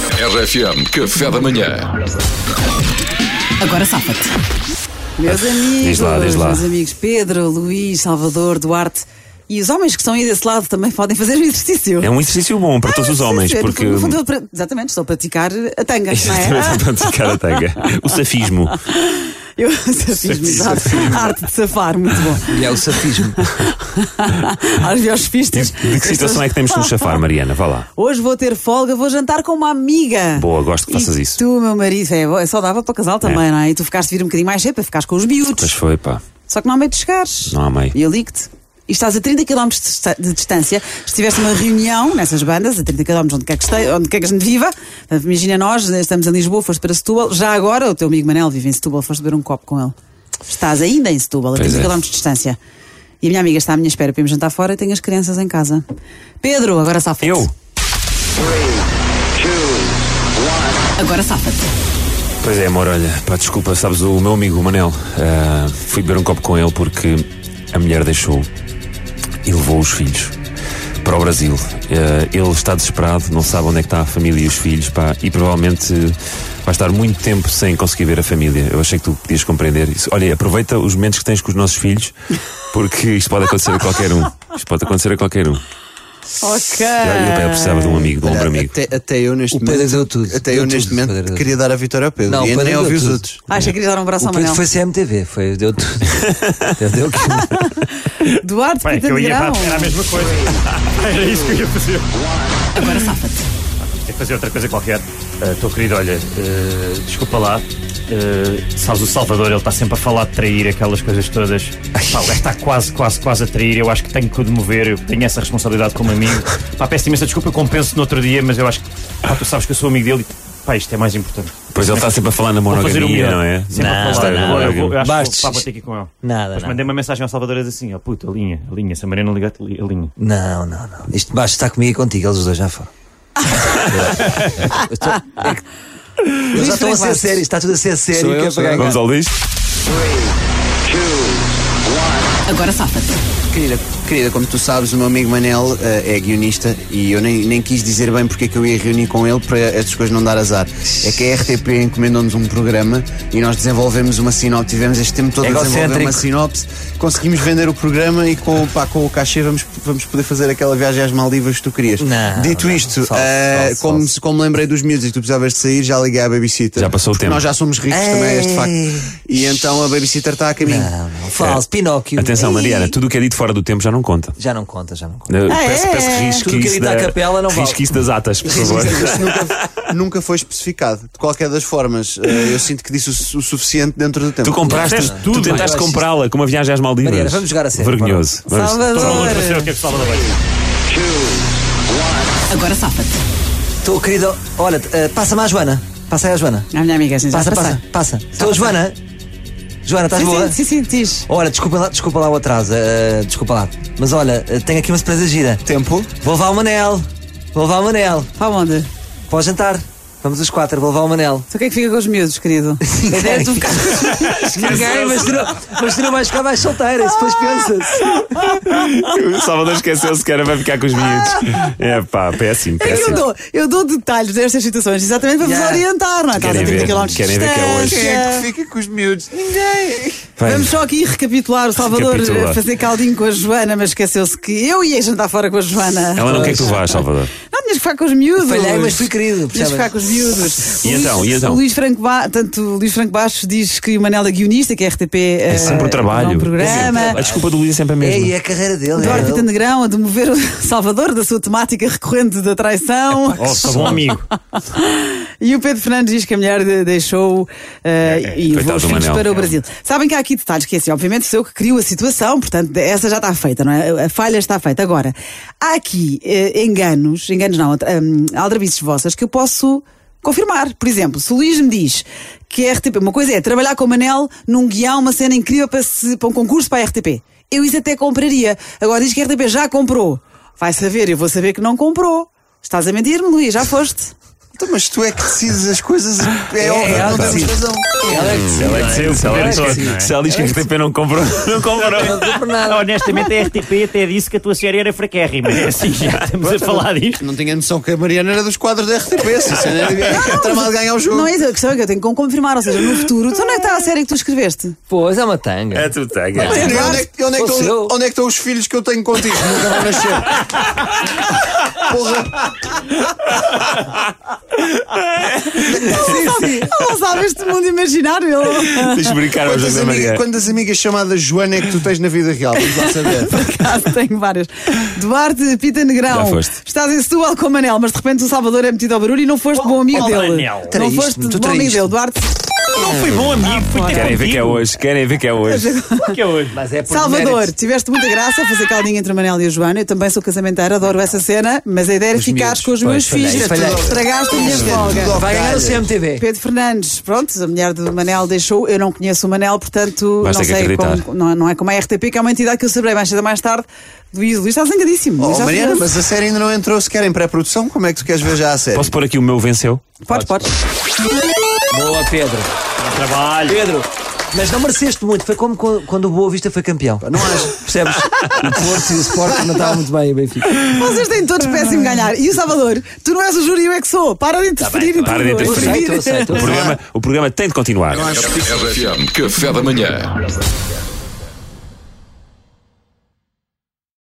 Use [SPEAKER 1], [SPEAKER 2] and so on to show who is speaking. [SPEAKER 1] RFM, café da manhã.
[SPEAKER 2] Agora safa-te.
[SPEAKER 3] Meus amigos,
[SPEAKER 4] Ah, Diz lá, diz lá.
[SPEAKER 3] meus amigos, Pedro, Luís, Salvador, Duarte e os homens que estão aí desse lado também podem fazer um exercício.
[SPEAKER 4] É um exercício bom
[SPEAKER 3] Ah,
[SPEAKER 4] para todos os homens,
[SPEAKER 3] Exercício,
[SPEAKER 4] porque.
[SPEAKER 3] no é fundo, eu pra- exatamente, estou a praticar a tanga, não
[SPEAKER 4] Exatamente,
[SPEAKER 3] é?
[SPEAKER 4] portanto, de cara a tanga. O safismo.
[SPEAKER 3] Eu safismo, exato. A arte de safar, muito bom.
[SPEAKER 5] E é o safismo.
[SPEAKER 3] Aos meus pistas.
[SPEAKER 4] De que situação é que temos de nos chafar, Mariana? Vá lá.
[SPEAKER 3] Hoje vou ter folga, vou jantar com uma amiga.
[SPEAKER 4] Boa, gosto que faças
[SPEAKER 3] E
[SPEAKER 4] isso.
[SPEAKER 3] Tu, meu marido, é, é saudável para o casal também, não é? E tu ficaste a vir um bocadinho mais cedo para ficares com os miúdos.
[SPEAKER 4] Mas foi, pá.
[SPEAKER 3] Só que não há meio de chegares.
[SPEAKER 4] Não há meio.
[SPEAKER 3] E eu ligo-te. E estás a 30 km de dista- de distância. Estiveste numa reunião nessas bandas, a 30 km onde quer que, este, onde quer que a gente viva. Portanto, Imagina nós, estamos em Lisboa, foste para Setúbal. Já agora, o teu amigo Manel vive em Setúbal, foste beber um copo com ele. Estás ainda em Setúbal, a
[SPEAKER 4] Pois
[SPEAKER 3] 30
[SPEAKER 4] é.
[SPEAKER 3] km de distância. E a minha amiga está à minha espera para irmos jantar fora e tenho as crianças em casa. Pedro, agora safa-te.
[SPEAKER 4] Eu?
[SPEAKER 2] Agora safa-te.
[SPEAKER 4] Pois é, amor, olha, pá, desculpa, sabes, o meu amigo o Manel, ah, fui beber um copo com ele porque a mulher deixou e levou os filhos para o Brasil. Ah, ele está desesperado, não sabe onde é que está a família e os filhos, pá, e provavelmente vai estar muito tempo sem conseguir ver a família. Eu achei que tu podias compreender isso. Olha, aproveita os momentos que tens com os nossos filhos, porque isto pode acontecer a qualquer um. Isto pode acontecer a qualquer um.
[SPEAKER 3] Ok.
[SPEAKER 4] Eu, eu, eu precisava de um amigo, de um ombro amigo.
[SPEAKER 5] É, Até, até eu neste
[SPEAKER 4] O
[SPEAKER 5] momento.
[SPEAKER 4] Pedro
[SPEAKER 5] Pedro
[SPEAKER 4] deu
[SPEAKER 5] tudo. Até
[SPEAKER 4] Deu
[SPEAKER 5] eu
[SPEAKER 4] tudo,
[SPEAKER 5] neste
[SPEAKER 4] o
[SPEAKER 5] momento
[SPEAKER 4] Pedro deu
[SPEAKER 5] queria dar a vitória ao Pedro. Não, o e ainda Pedro nem ouvi deu os tudo. outros.
[SPEAKER 3] Acha que queria dar um abraço
[SPEAKER 5] O
[SPEAKER 3] ao
[SPEAKER 5] Pedro
[SPEAKER 3] Manel.
[SPEAKER 5] foi CMTV, foi, deu tudo. Ele deu aquilo.
[SPEAKER 3] Duarte Pintado Negrão.
[SPEAKER 6] mesma coisa. Era isso que eu ia fazer.
[SPEAKER 2] Agora safa-te.
[SPEAKER 6] Tem que fazer outra coisa qualquer. Ah, Teu querido, olha, ah, desculpa lá. Ah, sabes, o Salvador, ele está sempre a falar de trair aquelas coisas todas. Pá, o gajo está quase, quase, quase a trair. Eu acho que tenho que o demover. Eu tenho essa responsabilidade como amigo. Pá, peço imensa desculpa. Eu compenso no outro dia, mas eu acho que. Pá, tu sabes que eu sou amigo dele. e, Pá, isto é mais importante.
[SPEAKER 4] Pois ele está sempre a falar na
[SPEAKER 6] Vou fazer o
[SPEAKER 4] monogamia,
[SPEAKER 6] melhor.
[SPEAKER 4] não é?
[SPEAKER 6] Sempre a
[SPEAKER 4] Está
[SPEAKER 6] falar.
[SPEAKER 4] na
[SPEAKER 6] Agora eu
[SPEAKER 4] monogamia.
[SPEAKER 6] vou- eu acho
[SPEAKER 5] Bastos.
[SPEAKER 6] que vou- pá, vou ter aqui com ele.
[SPEAKER 5] Nada,
[SPEAKER 6] Depois
[SPEAKER 5] nada.
[SPEAKER 6] mandei uma mensagem ao Salvador a dizer assim: ó, puta, a linha, a linha, se a Maria não ligar, a linha.
[SPEAKER 5] Não, não, não. Isto baixo está comigo e contigo, eles os dois já foram. Eu estou- é que- Eles já estão a ser
[SPEAKER 3] Bastos.
[SPEAKER 5] sérios, está tudo a ser sério. que é para ganhar.
[SPEAKER 4] Vamos ao lixo?
[SPEAKER 2] Agora safa-te.
[SPEAKER 7] Querida, querida, como tu sabes, o meu amigo Manel eh, é guionista e eu nem, nem quis dizer bem porque é que eu ia reunir com ele para estas coisas não dar azar. É que a RTP encomendou-nos um programa e nós desenvolvemos uma sinopse, tivemos este tempo todo a desenvolver
[SPEAKER 5] Egocêntrico.
[SPEAKER 7] uma sinopse, conseguimos vender o programa e com, o- pá, com o cachê vamos, vamos poder fazer aquela viagem às Maldivas que tu querias.
[SPEAKER 5] Não,
[SPEAKER 7] Dito
[SPEAKER 5] não.
[SPEAKER 7] isto,
[SPEAKER 5] Falso,
[SPEAKER 7] eh,
[SPEAKER 5] falso,
[SPEAKER 7] como,
[SPEAKER 5] falso.
[SPEAKER 7] como lembrei dos miúdos e que tu precisavas de sair, já liguei à babysitter.
[SPEAKER 4] Já passou o
[SPEAKER 7] Porque
[SPEAKER 4] tempo.
[SPEAKER 7] Nós já somos ricos também, é este
[SPEAKER 5] Ei.
[SPEAKER 7] facto. E então a babysitter está a caminho.
[SPEAKER 5] Não, não. Falso, Pinóquio.
[SPEAKER 4] Atenção,
[SPEAKER 5] Ei.
[SPEAKER 4] Mariana, tudo o que é dito fora do tempo já não conta.
[SPEAKER 5] Já não conta, já não conta.
[SPEAKER 4] Eh, peço,
[SPEAKER 3] é?
[SPEAKER 4] peço que
[SPEAKER 5] Tudo
[SPEAKER 4] risque
[SPEAKER 5] que é
[SPEAKER 4] isso,
[SPEAKER 5] dito à
[SPEAKER 4] da-
[SPEAKER 5] capela não vale.
[SPEAKER 4] risque isso das atas, por favor.
[SPEAKER 7] Isso é nunca, nunca foi especificado. De qualquer das formas, eh, eu sinto que disse o, su- o suficiente dentro do tempo.
[SPEAKER 4] Tu compraste,
[SPEAKER 6] Fizeste
[SPEAKER 4] tu
[SPEAKER 6] tudo.
[SPEAKER 4] tentaste comprá-la com uma viagem às Maldivas.
[SPEAKER 5] Mariana, vamos jogar a sério,
[SPEAKER 4] Vergonhoso. Vamos-
[SPEAKER 3] Salvador.
[SPEAKER 6] Vamos ver o que é que o Salvador vai dizer.
[SPEAKER 2] Agora safa-te.
[SPEAKER 5] Estou, querido. Olha, eh, passa-me à Joana. Passa aí à Joana.
[SPEAKER 3] A minha amiga, assim, já
[SPEAKER 5] Passa,
[SPEAKER 3] passei.
[SPEAKER 5] passa, passa. Estou, Joana. Joana, estás boa?
[SPEAKER 3] Sim, sim, sim, sim, diz.
[SPEAKER 5] Olha, desculpa lá, desculpa lá o atraso, eh, desculpa lá. Mas olha, eh, tenho aqui uma surpresa gira.
[SPEAKER 7] Tempo.
[SPEAKER 5] Vou levar o Manel, vou levar o Manel.
[SPEAKER 3] Para onde?
[SPEAKER 5] Para o jantar. Vamos os quatro, vou levar o Manel.
[SPEAKER 3] Tu o que é que fica com os miúdos, querido? A ideia é tu ficares com os
[SPEAKER 5] Ninguém, mas tu, não, mas tu não vais ficar mais solteira, isso depois pensa-se.
[SPEAKER 4] O Salvador esqueceu-se que era vai ficar com os miúdos. É pá, péssimo,
[SPEAKER 3] É que eu
[SPEAKER 4] péssimo.
[SPEAKER 3] dou, eu dou detalhes destas situações exatamente para vos
[SPEAKER 5] Yeah.
[SPEAKER 3] orientar, não é? Estás a
[SPEAKER 4] Querem
[SPEAKER 3] 30
[SPEAKER 4] ver,
[SPEAKER 3] quilómetros de
[SPEAKER 4] querem ver que é hoje.
[SPEAKER 3] distância.
[SPEAKER 7] fica com os miúdos?
[SPEAKER 4] Vai.
[SPEAKER 3] Vamos só aqui recapitular: o Salvador
[SPEAKER 4] Recapitular.
[SPEAKER 3] a fazer caldinho com a Joana, mas esqueceu-se que eu ia jantar fora com a Joana.
[SPEAKER 4] Ela não quer que tu vás, Salvador.
[SPEAKER 3] Não, tinhas que ficar com os miúdos.
[SPEAKER 5] Falhei, mas fui querido,
[SPEAKER 3] Tinhas que ficar
[SPEAKER 5] percebes?
[SPEAKER 3] com os miúdos.
[SPEAKER 4] E
[SPEAKER 3] O Luís-
[SPEAKER 4] então, e então?
[SPEAKER 3] O Luís Franco, ba... Tanto o Luís Franco Baixo diz que o Manel é guionista, que é RTP.
[SPEAKER 4] É sempre o trabalho.
[SPEAKER 3] um programa.
[SPEAKER 4] A desculpa do Luís é sempre a
[SPEAKER 5] É, e
[SPEAKER 4] mesma.
[SPEAKER 5] é a carreira dele. é
[SPEAKER 3] Eduardo
[SPEAKER 5] ele.
[SPEAKER 3] Pita Negrão a demover o Salvador da sua temática recorrente da traição.
[SPEAKER 6] Oh, sou bom amigo.
[SPEAKER 3] E o Pedro Fernandes diz que a mulher de- deixou uh, e levou
[SPEAKER 4] coitado
[SPEAKER 3] os
[SPEAKER 4] do
[SPEAKER 3] filhos
[SPEAKER 4] Manel.
[SPEAKER 3] para o
[SPEAKER 4] É.
[SPEAKER 3] Brasil. Sabem que há aqui detalhes que, assim, obviamente sou eu que crio a situação, portanto, essa já está feita, não é? A falha está feita. Agora, há aqui eh, enganos, enganos não, um, aldrabices vossas que eu posso. Confirmar, por exemplo, se o Luís me diz que a RTP, uma coisa é trabalhar com o Manel num guião, uma cena incrível para, se- para um concurso para a RTP. Eu isso até compraria. Agora diz que a RTP já comprou. Vai saber, eu vou saber que não comprou. Estás a mentir-me, Luís, já foste.
[SPEAKER 7] Então, mas tu é que decides as coisas. É, óbvio,
[SPEAKER 5] ela
[SPEAKER 7] não
[SPEAKER 5] que
[SPEAKER 7] temos
[SPEAKER 5] decide.
[SPEAKER 7] razão.
[SPEAKER 5] Ela é que decide.
[SPEAKER 6] Vai dizer o poder todo, não é?
[SPEAKER 4] Se ela diz que a RTP não comprou, não comprou.
[SPEAKER 5] Não compro nada.
[SPEAKER 6] Honestamente, a RTP até disse que a tua série era fraquérrima. É assim, já estamos a falar disto.
[SPEAKER 7] Não tinha noção que a Mariana era dos quadros da RTP. Se isso não é é tramado de ganhar o jogo.
[SPEAKER 3] Não é isso, a questão é que eu tenho como confirmar, ou seja, no futuro, então não é que está a série que tu escreveste?
[SPEAKER 5] Pois, é uma tanga.
[SPEAKER 4] É tu, tá, cara.
[SPEAKER 7] Mariana, onde, é, que- onde é que
[SPEAKER 5] Fosse
[SPEAKER 7] estão,
[SPEAKER 5] eu.
[SPEAKER 7] onde é que estão os filhos que eu tenho contigo? Nunca vão nascer. Porra,
[SPEAKER 3] Sim, sim. Ela sabe este mundo imaginário. ele-
[SPEAKER 4] Deixa brincar hoje
[SPEAKER 7] quantas,
[SPEAKER 4] da
[SPEAKER 7] amiga-
[SPEAKER 4] Mariana.
[SPEAKER 7] quantas amigas chamadas Joana é que tu tens na vida real? Vamos lá saber.
[SPEAKER 3] Caso tenho várias. Duarte Pita
[SPEAKER 4] Já
[SPEAKER 3] Negrão.
[SPEAKER 4] foste.
[SPEAKER 3] Estás em Setúbal com o Manel, mas de repente o Salvador é metido ao barulho e não foste bom amigo
[SPEAKER 6] oh,
[SPEAKER 3] dele.
[SPEAKER 6] Manel.
[SPEAKER 3] Não
[SPEAKER 5] Traíste-me,
[SPEAKER 3] foste
[SPEAKER 5] tu
[SPEAKER 3] bom amigo
[SPEAKER 5] traíste-me.
[SPEAKER 3] dele, Duarte.
[SPEAKER 6] Não foi bom, amigo. Foi ter
[SPEAKER 4] Querem ver que é
[SPEAKER 6] contigo.
[SPEAKER 4] hoje, querem ver que é hoje.
[SPEAKER 6] Claro que é hoje.
[SPEAKER 5] Mas é por
[SPEAKER 3] Salvador,
[SPEAKER 5] mérito.
[SPEAKER 3] tiveste muita graça a fazer caldinho entre o Manel e a Joana. Eu também sou casamenteira, adoro essa cena, mas a ideia era
[SPEAKER 5] Os
[SPEAKER 3] ficares
[SPEAKER 5] miúdos,
[SPEAKER 3] com os
[SPEAKER 5] pois,
[SPEAKER 3] meus
[SPEAKER 5] falhei,
[SPEAKER 3] filhos.
[SPEAKER 5] falhei.
[SPEAKER 3] Estragaste a minha
[SPEAKER 7] Isto é tudo
[SPEAKER 3] folga.
[SPEAKER 7] ao
[SPEAKER 5] Vai ganhar o
[SPEAKER 7] calho.
[SPEAKER 5] CMTV.
[SPEAKER 3] Pedro Fernandes, pronto, a mulher do Manel deixou. Eu não conheço o Manel, portanto,
[SPEAKER 4] Vais
[SPEAKER 3] não
[SPEAKER 4] ter que
[SPEAKER 3] sei
[SPEAKER 4] acreditar.
[SPEAKER 3] como. Não, não é como a RTP, que é uma entidade que eu saberei mais cedo ou mais tarde do Luís. Luís está zangadíssimo.
[SPEAKER 7] Oh,
[SPEAKER 3] Luís está
[SPEAKER 7] Mariana,
[SPEAKER 3] zangadíssimo.
[SPEAKER 7] mas a série ainda não entrou sequer em pré-produção. Como é que tu queres ver já a série?
[SPEAKER 4] Posso pôr aqui o meu venceu?
[SPEAKER 3] Pode, pode.
[SPEAKER 5] Boa, Pedro.
[SPEAKER 6] Trabalho.
[SPEAKER 5] Pedro, mas não mereceste muito. Foi como co- quando o Boa Vista foi campeão.
[SPEAKER 7] Não acho.
[SPEAKER 5] Percebes? o Porto e o Sport não estavam muito bem, Benfica.
[SPEAKER 3] Vocês têm todos péssimo ganhar. E o Salvador, tu não és o júri, eu é que sou.
[SPEAKER 4] Tá
[SPEAKER 3] Para de interferir.
[SPEAKER 6] bem,
[SPEAKER 3] em
[SPEAKER 4] para de
[SPEAKER 3] tudo.
[SPEAKER 4] interferir.
[SPEAKER 5] Então, Aceito, aceito.
[SPEAKER 4] O programa, o programa tem de continuar.
[SPEAKER 1] RFM, café da manhã.